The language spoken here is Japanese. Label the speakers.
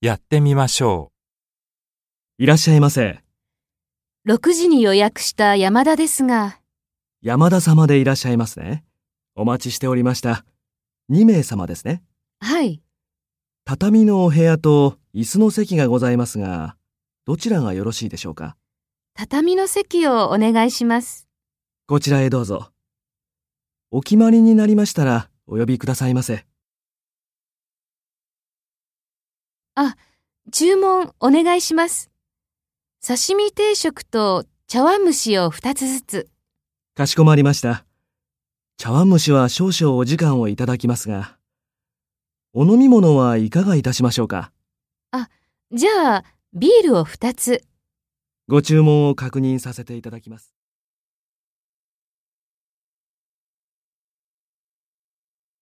Speaker 1: やってみましょ
Speaker 2: いらっしゃいませ。
Speaker 3: 6時に予約した山田ですが、
Speaker 2: 山田様でいらっしゃいますね。お待ちしておりました。2名様ですね。
Speaker 3: はい、
Speaker 2: 畳のお部屋と椅子の席がございますが、どちらがよろしいでしょうか。
Speaker 3: 畳の席をお願いします。
Speaker 2: こちらへどうぞ。お決まりになりましたらお呼びくださいませ。
Speaker 3: 注文お願いします。刺身定食と茶碗蒸しを2つずつ。
Speaker 2: かしこまりました。茶碗蒸しは少々お時間をいただきますが、お飲み物はいかがいたしましょうか。
Speaker 3: じゃあ、ビールを2つ。
Speaker 2: ご注文を確認させていただきます。